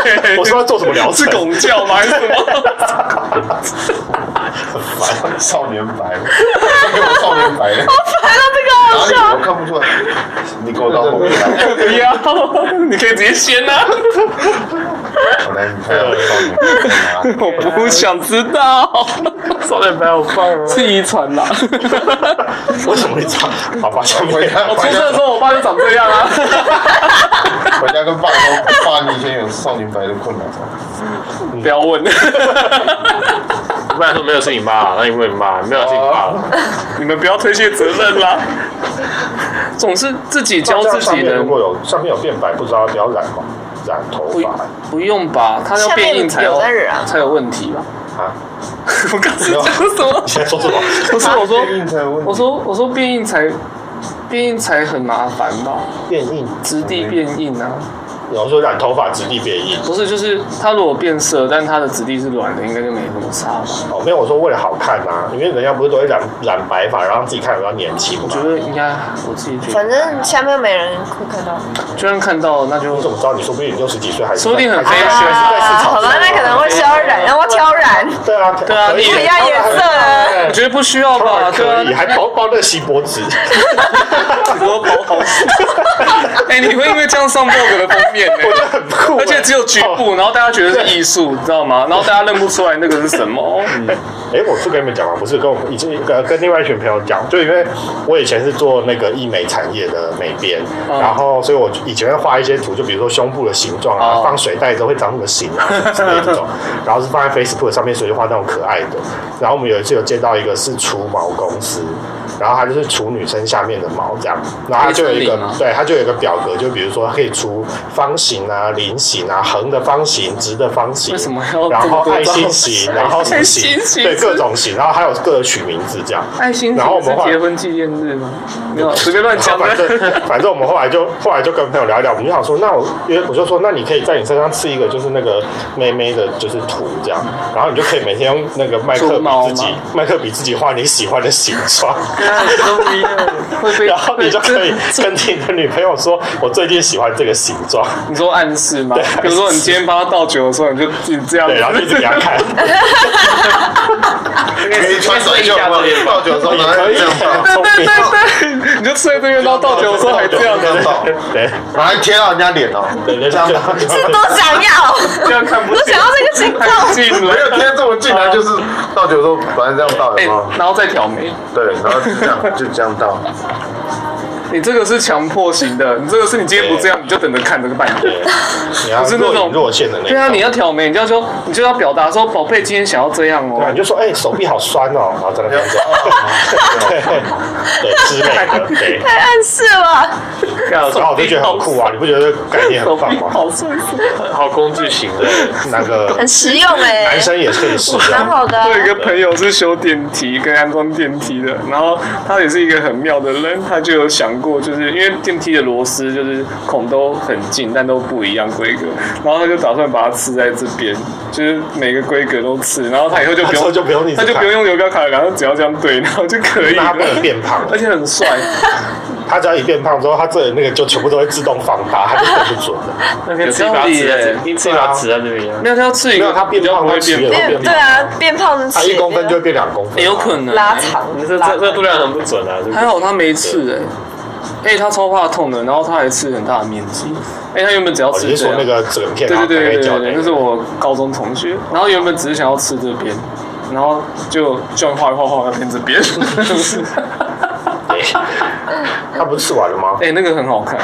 我说要做什么疗程
是拱教吗？还是什么？
少少年白，给我少年白，
烦了，这个好
哪里我
笑。
看不出来，你给我到后面来，
不要，你可以直接先 啊！
我来你看我少年白
我不想知道，
少年白好棒哦！
是遗传 啦。
为什么会唱？好吧，想
回
回
家
答。
我出生的时候，我爸就长这样啊。
回家跟爸说，爸，你以前有少年白的困扰吗，
不要问，
不然说没有是你妈，那因为你妈没有是你爸了。
你们不要推卸责任啦。总是自己教自
上
己
面
的
如，果有上面有变白，不知道要不要染吗？染头
不
发
不用吧？他要
下面
变硬才
有
有
在染啊
才有问题吧？
啊？
我刚才讲什么
你？现在说什么？
不是我说
变硬才有问题
我说我说变硬才变硬才很麻烦吧？
变硬，
质地变硬啊，
然后说染头发质地变硬。
不是就是它如果变色，但它的质地是软的，应该就没什么差吧？
哦，没有，我说为了好看啊，因为人家不是都会染染白发，然后让自己看起来比较年轻嘛。
我觉得应该我自己觉
反
得，
正下面没人会看到。
就算看到那就
你怎么知道？你说不定你六十几岁还是
说不定很
还是
黑
还是在市场上
啊好吧，那可能会挑染，那我挑 染，
对啊，对
啊
可以
不
一样颜色啊
我觉得不需要
当
吧？
然
对
哎可以，
啊，
还包包那锡箔纸，
多薄好。哎，你会因为这样上 Vogue 的封面 呢？
我觉得很酷欸。
而且只有局部，然后大家觉得是艺术，你知道吗？然后大家认不出来那个是什么。
哎，我是跟你们讲啊，不是跟我以前呃跟另外一群朋友讲，就因为我以前是做那个医美产业的美编，
嗯
然后所以我以前会画一些图，就比如说胸部的形状啊
哦，
放水袋之后会长什么形啊之类的这种，然后是放在 Facebook 上面，所以就画那种可爱的。然后我们有一次有接到一个是除毛公司。然后它就是除女生下面的毛这样，然后它就有一
可以
个
分离吗
对，它就有一个表格，就比如说它可以除方形啊、菱形啊、横的方形、直的方形，
为什么要
然
这么
后
多
爱心
张
型，然后什么型
爱心，型
对各种型，然后还有各个取名字这样。
爱心
然后我
是
们后来
结婚纪念日吗？没有，随便乱讲
反
的。
正 反正我们后来就后来就跟朋友聊一聊，我们就想说，那我因为我就说，那你可以在你身上刺一个就是那个妹妹的，就是图这样，然后你就可以每天用那个麦克
除毛
笔自
吗
己麦克笔自己画你喜欢的形 状，
都不一样，会被
然后你就可以
这
跟你的女朋友说，我最近喜欢这个形 状，
你说暗示吗
对？
比如说你今天帮他倒酒的时候，你就你这样子，
对，然后就一直给她看，
可以穿短袖吗？倒酒的时候拿
可
来
以
这样倒，
很聪明，
对，你就吃在对面，然后倒酒的时候还这样
这
子，
样倒，
对
拿来贴到人家脸哦，
对，就这样
这多想要，
这样看不
都
清
想要这个形状。
太近
没有
了。
贴这么近来，就是倒酒的时候反正这样倒，
哎
有没有？，
然后再挑眉，
对，然后就这样就这样倒，
你这个是强迫型的，你这个是你今天不这样，你就等着看这个半年。
对，你要
不是那
若
种
隐若现的那种。
对啊，你要挑眉，你就要说，你就要表达说，宝贝，今天想要这样
对啊，
哦
你。就说哎、手臂好酸 哦，然后在那边讲，
哦
对之类的， 对。
太暗示了，
然后我就觉得很酷啊，你不觉得概念很棒吗？
好帅，
好工具型的那个
很实用哎、
男生也可以试
蛮
啊。
好的啊、
我有一个朋友是修电梯跟安装电梯的，然后他也是一个很妙的人，他就有想过，就是因为电梯的螺丝就是孔都很近，但都不一样规格，然后他就打算把它刺在这边，就是每个规格都刺，然后他以后就不
他之后
用
就不用一直
他就不用用游标卡，然后只要这样对，然后就可以
那他
了
不，能变胖，
而且很帅，
他只要一变胖之后，他这里那个就全部都会自动放大，他就对不准了。
有
自己把它刺在这
耶
里，你自己把它刺在这边啊。
没有他要刺一
没
个
有，他变
比较
胖
不会
他
变
刺了
变对啊，变胖的
他一公分就会变两公分，
有可能
拉长，
你
啊
这这这度量很不准啊！这个
还好他没刺哎、哎、他超怕痛的，然后他还刺很大的面积。哎、他原本只要
哦。
刺
你是
这
说那
样，
个整片
对对对对
然后
对对，那
那
是我高中同学。然后原本只是想要刺这边，然后就这样画一画画到变这 边。
他不是吃完了吗？
哎、那个很好看，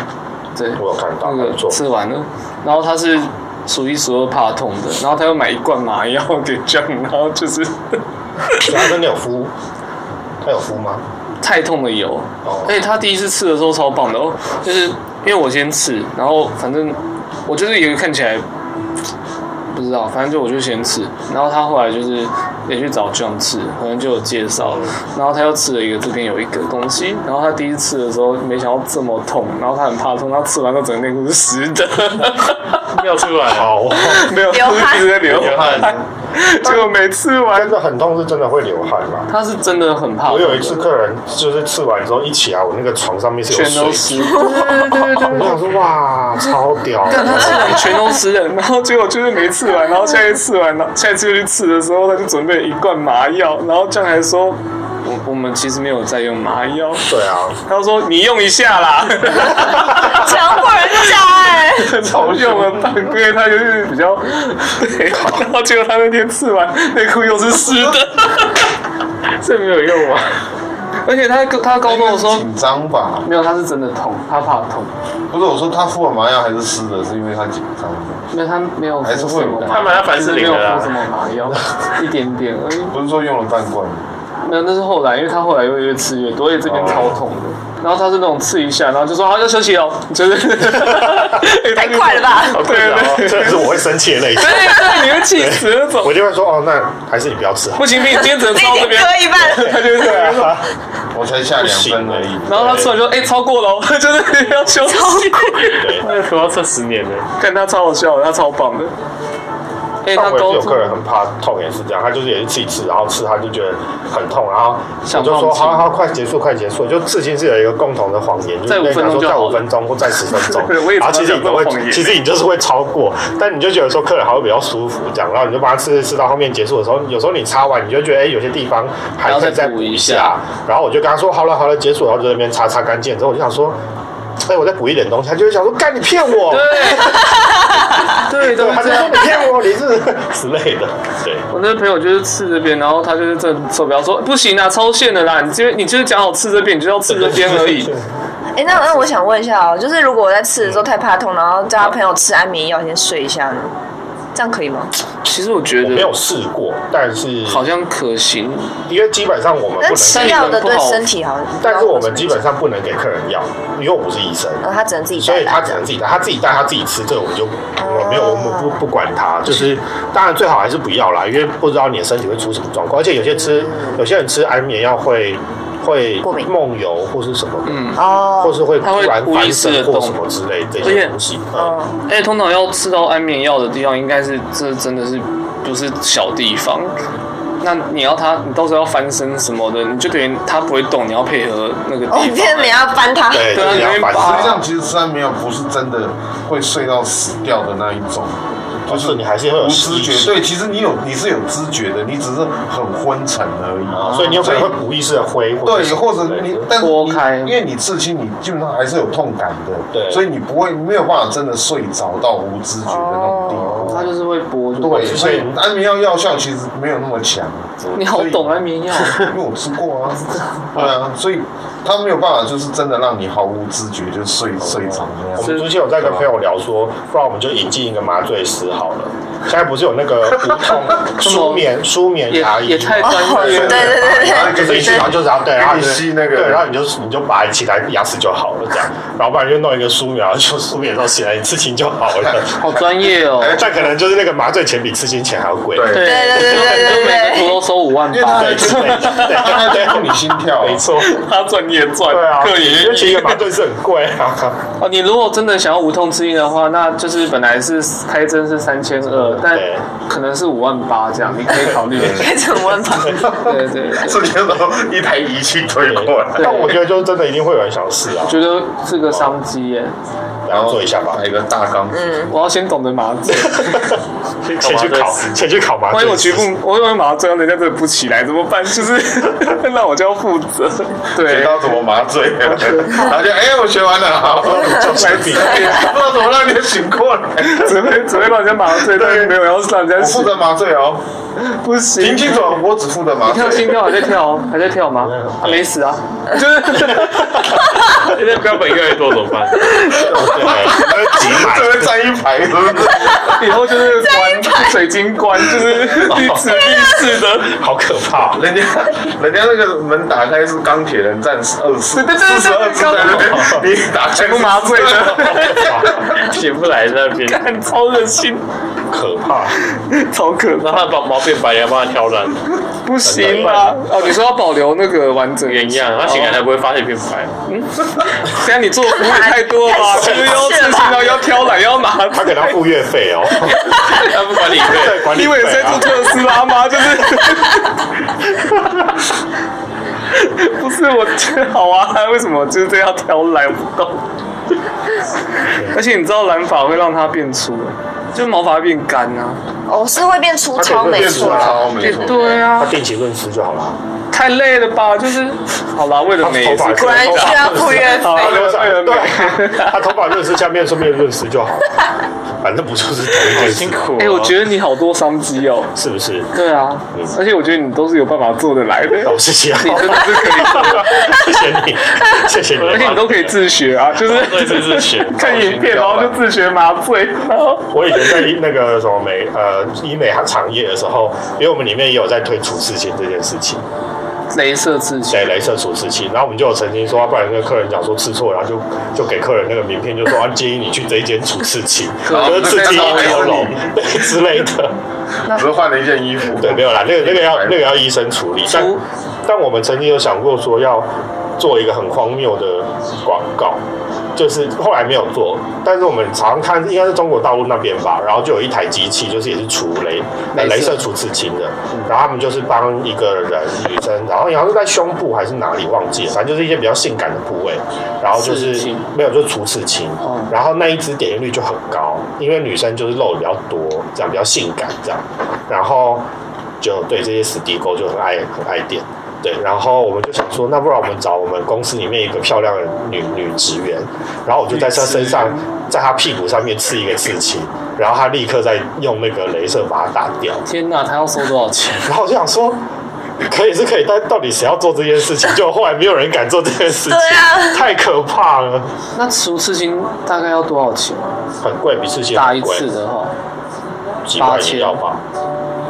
对，
我有看到，
那
他不
个
错。
吃完了，然后他是数一数二怕痛的，然后他又买一罐麻药给 John，然后就
所
是
以他真的有敷，他有敷吗？
太痛的油
哦，
而且他第一次吃的时候超棒的哦，就是因为我先吃，然后反正我就是有一个看起来不知道，反正就我就先吃，然后他后来就是也去找 John 吃，可能就有介绍，然后他又吃了一个这边有一个东西，然后他第一次吃的时候没想到这么痛，然后他很怕痛，他吃完之后整个内 裤是湿的，
尿出来了，啊
好，
没有，
流汗
一直在流
流汗
汗， 结果没吃完
真。的很痛，是真的会流汗嘛。
他是真的很怕，
我有一次客人就是吃完之后一起来，我那个床上面是有
全都
水，
湿，
对对对
我想说哇，超屌 的，
但他吃完全都湿了，然后结果就是没吃完，然后下一次吃完，然后下一次又去吃的时候，他就准备一罐麻药，然后酱还说，我我们其实没有在用麻药，
对啊，
他说你用一下啦，
对，强迫人家哎、
我用了半个月，他就是比较，对，然后结果他那天吃完内裤又是湿 的，
这没有用啊。
而且他他高中的时候
紧张吧？
没有，他是真的痛，他怕痛，
不是我说他敷了麻药还是湿的，是因为他紧张。
因为他没有
还是
敷
会
什
有
么
的
麻
他买他凡
其
士
实没
林
有
的
敷什
啦，
么麻药，一点点而已。
不是说用了半罐吗，
没有，那是后来，因为他后来又越吃越多，而且这边超痛的。然后他是那种刺一下，然后就说好要休息哦，就是
太快了吧
好困扰哦，这是我会生气的类型
对。对，你会气死那种。
我就会说哦，那还是你不要吃好了。啊
不行不行，今天只能
你
吃
已
到这
经
边。
割一半了，
他就 这样。
我才下两分而
啊
已。
然后他吃完就哎、超过了哦，就是要休息。
那个要测十年了，
看他超好笑的，他超棒的。哎、
但
他
我也是
高
有
中
客人很怕痛，也是这样，他就是也是吃一吃，然后吃他就觉得很痛，然后我
想
就说
放弃
好好快结束，快结束，就刺青是有一个共同的谎言，就是
在
跟
五分
他
钟
说
就
在
好了
五分钟或在十分钟
对我，也
然后其实
常常
你都会
讲这个谎，言
其实你就是会超过，但你就觉得说客人还会比较舒服这样，然后你就帮他吃吃到后面结束的时候，有时候你擦完你就觉得哎、有些地方还可以再
然后再补
补一
一
下
下，
然后我就跟他说好了好了结束，然后就在那边擦擦干净之后，我就想说。哎、我再补一点东西，他就会想说：“干，你骗我！”对，
对对
他就
这
说
样。
你骗我，你是 之类的，对，
我那个朋友就是刺这边，然后他就是真的受不了，说不行啊，超限的啦！你这边你就是讲好刺这边，你就要刺这边 而已。
哎、那那我想问一下哦，就是如果我在吃的时候太怕痛，然后叫他朋友吃安眠药先睡一下呢，这样可以
哦
吗？
其实我 觉
我没
得
有试过，但是
好像可行，
因为基本上我们不
但
能，
吃药的对身体好，
但是我们基本，上不能给客人药，因为我不是医生。
哦然后他只能自己带
所
来
以他只能自己带，他自己带他自己吃，这个我们就我没有，我们不不管他。就是当然最好还是不要啦，因为不知道你的身体会出什么状况。而且有些吃，有些人吃安眠药会会
过敏
梦游或是什么的，
哦，
或是会
嗯他
突
会
然
无
翻
意识地
身或
动
什么之类的这
而
些
且
东西。嗯
嗯，
哎，通常要吃到安眠药的地方，应该是这真的是不是小地方。那你要他，你到时候要翻身什么的，你就等于他不会动，你要配合那个地
哦，
方。
变你要翻他，
对，
对啊
就是
因为
要翻
实际
身
上，其实吃安眠药不是真的会睡到死掉的那一种，就
就是
是
你还是会有
无知
意识
觉。对，其实你有你是有知觉的，你只是很昏沉而已。
啊所以你有可能会无意识的挥，
对，或
什么之
者
类
你
的，
但是
拨
你
开
因为你刺青，你基本上还是有痛感的，
对
所以你不会没有办法真的睡着到无知觉的那种地
哦
哦
步。
他就是会播，就
对，
所
所
以
以安眠药药效其实没有那么强，
你好懂安眠药。
因为我吃过啊， 对啊，所以他没有办法，就是真的让你毫无知觉就睡睡着那
我
样。
们之前有在跟朋友聊说，不然我们就引进一个麻醉师好了。现在不是有那个无痛舒眠舒眠
也
牙医
也太专业了
对哦对对
然后
对，
就是一去，然后就是要对，然后
给你吸那个
对，然后你就你就拔起来牙齿就好了，这样，然后不然就弄一个舒眠，然后就舒眠之后起来你刺青就好了。
好专业哦。
哎
但可能就是那个麻醉钱比刺青钱还要贵，
对，
对对对对
就
对
每个
对
图都收五万
因为
八
他，
对之类的对
他还在控你心跳，
没错，
他赚你也赚
对啊，
客也愿意
因为其实一个麻醉师很贵啊，
哦，你如果真的想要无痛刺激的话，那就是本来是开针是三千二，但
对
可能是五万八这样，你可以考虑。
对，变成温吧。
对对对，
瞬间都一台仪器推过来，
但我觉得就是真的一定会有人想试啊，
觉得是个商机耶，
然后做一下吧
打。一个大钢笔。
我要先懂得麻醉，
先去考，先去考麻醉
万
师。
一我局 部，我万一麻醉，人家真的不起来怎么办？就是 那我就要负责。
学
对，
到怎么麻醉，然后就哎，我学完了，好，
就是 比
不知道怎么让你醒过来。
只会只会让人家麻醉，但是没有要让人
我
家死
负，责麻醉哦，
不行。
听清楚，我只负责麻
跳心
醉。
跳还在跳哦，还在跳吗？啊没 死啊，就是
那标本越来越多怎么办？
对，挤满
这。边站一排，是不是？
以后就是关水晶棺， 就是一直立式的。
好可怕！
人家人家那个门打开是钢铁人战士二四
对对对
四十二
对
只在那
钢
边，你打开
全部麻醉的，
起不来在那边，
看超恶心，
可怕！
超可怕。
让他把毛变白，也帮他挑染。
不行吧？哦，你说要保留那个完整哦
原样，他醒
啊
来才不会发现变白。
现在你做的服务也太多了吧？
太
就是啊要刺青，然后要挑染，要拿
他给他付月费 哦，
他不管你
对，管理
因
费
为在
啊
做特斯拉 吗？就是不是我觉得好啊？为什么就是这样挑染不 懂？而且你知道染发会让它变粗，就是毛发会变干啊。
哦，是会变粗
它
糙，
可以
没
变粗
错
糙。
超没错，
对
他
啊，
定期论师就好了。
太累了吧？就是好啦，为了美
头发
是
果然需要付月
他
费。
留长啊对啊，他头发润湿，下面顺便润湿就好了，反正不就是同一件事
辛
吗，
苦。
哎、我觉得你好多商机哦。
是不是？
对啊，
嗯
而且我觉得你都是有办法做得来的，
哦，谢谢啊，
你真的是可以，
谢谢你，谢谢你，
而且你都可以自 学啊，就是
对对对，是
看影片，然后就自学麻醉，然后
我以前在那个什么美呃医美行业的时候，因为我们里面也有在推除刺青这件事情，
镭射自学。
对，镭射除刺青，然后我们就有曾经说，啊要不然跟客人讲说刺错，然后就就给客人那个名片，就说啊建议你去这一间除刺青，然后就刺青一条龙对之类的。
只是换了一件衣服。
对，没有啦，那个那个要那个要医生处理。但但我们曾经有想过说要做一个很荒谬的广告，就是后来没有做。但是我们常看，应该是中国大陆那边吧，然后就有一台机器，就是也是除雷呃
镭
镭
射
射除刺青的，然后他们就是帮一个人女生，然后好像是在胸部还是哪里忘记了，反正就是一些比较性感的部位，然后就是
刺青
没有就是除刺青，然后那一支点击率就很高，因为女生就是露的比较多，这样比较性感这样，然后就对这些死地沟就很爱很爱点。对，然后我们就想说，那不然我们找我们公司里面一个漂亮的女女职员，然后我就在她身上，在她屁股上面刺一个刺青，然后她立刻再用那个镭射把它打掉。
天哪，他要收多少钱？
然后我就想说，可以是可以，但到底谁要做这件事情？就后来没有人敢做这件事情，
对啊
太可怕了，
那除刺青大概要多少钱？
很贵，比刺青
打
很
一
贵，
次的话，
几百
八千
也要吧？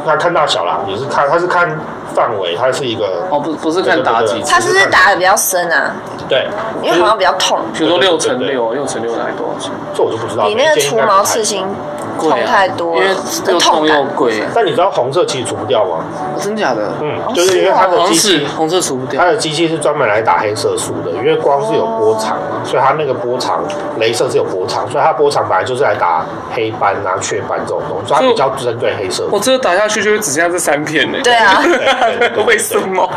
那看大小啦，也是看，它是看范围，它是一个
哦，不不是看打几次，
他是不是打的比较深啊？
对，
因为好像比较痛。
比如说六乘六，六乘六大概多少钱？
这我就不知道。
你那
每
个
一间
除
应该不
毛
太
刺青
贵
痛
啊
太多
因为
了，
又痛
很痛
又
感。
贵，
但你知道红色其实除不掉吗？
真假的？
哦
嗯，就是因为它的
好像啊
机
是
器，
红色除不掉
它。的机器是专门来打黑色素的，因为光是有波长
哦
嘛，所以它那个波长，镭射是有波长，所以它波长本来就是来打黑斑啊、雀斑这种东西，所以它比较针对黑色素
我。这个打下去就会只剩下这三片呢。
对 啊，
对对对
为什 么？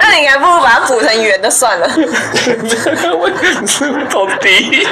那你还不如把它补成圆的算了，
我是到底？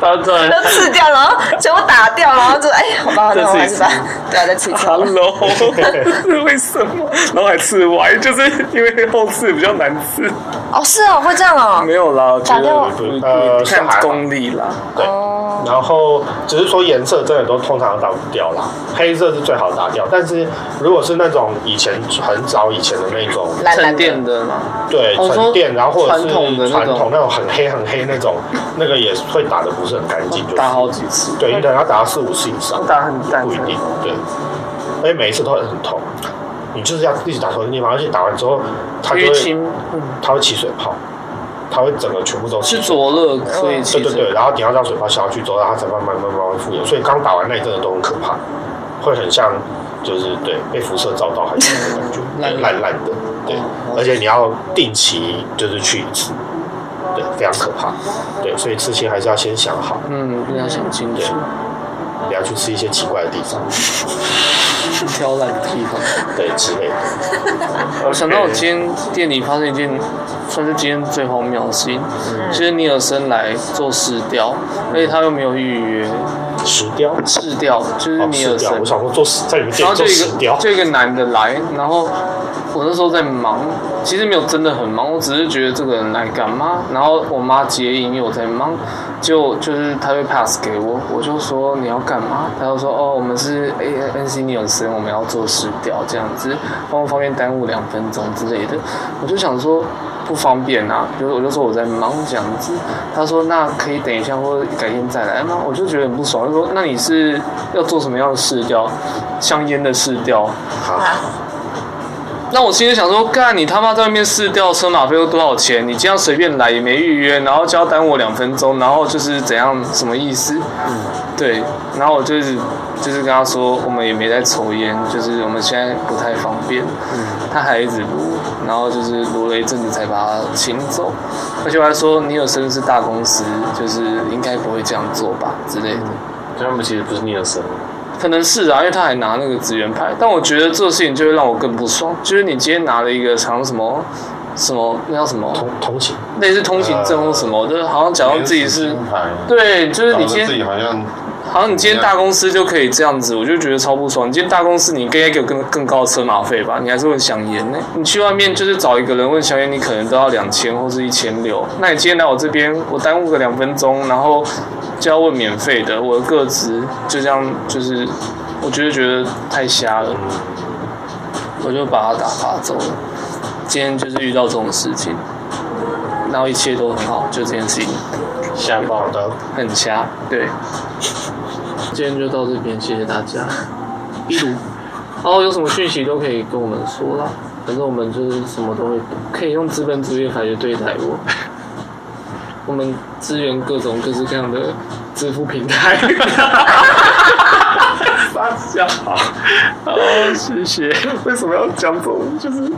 他在
都刺掉，然后全部打掉，然后就哎，好吧，那我还是把对啊，再刺一次好了。
Hello，是为什么？然后还刺歪，就是因为后刺比较难刺。
哦，是哦，会这样哦
没。有啦，我觉
打掉
得不
呃
不
是还
看
好
功力啦。
对
哦，
然后只是说颜色真的都通常打不掉啦，黑色是最好打掉。但是如果是那种以前很早以前的那种，
蓝蓝
沉
的
淀的嘛，
对
哦
沉淀，
说
然后或者是
传统的那
传
种
统那种很黑很黑那种，那个也会打的不是很干净，就是
打好几次，
对，你可能要打到四五次以上，
打很淡
不一定，对，而且每一次都会很痛，你就是要一直打同一个地方，而且打完之后，它就
淤
会
青，嗯，
它会起水泡，它会整个全部都
是
起水泡
灼热，所以
对
其
对
实
对，然后你要让水泡消下去之后，然后它才慢慢慢慢慢慢复原。所以刚打完那一阵的都很可怕，会很像就是对被辐射照到还是那种感觉，对烂烂的，对，
哦
而且你要定期就是去一次，对，非常可怕，对，所以刺青还是要先想好，
嗯，一定要想清楚，
不要去吃一些奇怪的地方，
挑烂地方。
对之类的。
我想
嗯
到我今天店里发生一件，算是今天最荒谬的事情，
嗯
就是尼尔森来做试雕，而且他又没有预约
石雕，
试雕，就是
哦，
尼
石
尔
雕，
森
我，想说做石，在你们
然
店
后
里
就
做
一
石雕
个，就一个男的来，然后我那时候在忙，其实没有真的很忙，我只是觉得这个人来干嘛？然后我妈接应，因为我在忙，就就是她就 pass 给我，我就说你要干嘛？她就说哦，我们是 A N C 尼尔森，我们要做试调这样子，方不方便耽误两分钟之类的？我就想说。不方便啊，就是我就说我在忙这样子，她说那可以等一下或者改天再来哎吗？我就觉得很不爽，就说那你是要做什么样的试调？香烟的试调，
好，
那我心里想说，干你他妈在外面试掉车马费又多少钱？你这样随便来也没预约，然后就要耽误我两分钟，然后就是怎样什么意思？嗯，对。然后我就是就是跟他说，我们也没在抽烟，就是我们现在不太方便。嗯，他还一直撸，然后就是撸了一阵子才把他请走，而且我还说你有身是大公司，就是应该不会这样做吧之类的。
他们其实不是你的神，
可能是啊，因为他还拿那个职员牌，但我觉得这个事情就会让我更不爽。就是你今天拿了一个像什么什么那叫什么，
同同情，
类似通行证或什么，就是好像假装自己是
连，牌
对，就是
搞
你
得
今
自
天
己好像
好像你今天大公司就可以这样子，我就觉得超不爽。你今天大公司，你应该给我更更高的车马费吧？你还是问香烟呢？你去外面就是找一个人问香烟，你可能都要两千或是一千六。那你今天来我这边，我耽误个两分钟，然后就要问免费的，我的个值就这样，就是我觉得觉得太瞎了，我就把他打发走了。今天就是遇到这种事情，然后一切都很好，就这件事情
瞎报
好的，
很瞎，对。
今天就到这边，谢谢大家。一如，然后有什么讯息都可以跟我们说啦，反正我们就是什么都会，可以用资本主义的法去对待我。我们支援各种各式各样的支付平 台。傻笑，好，谢谢。为什么要讲这种就是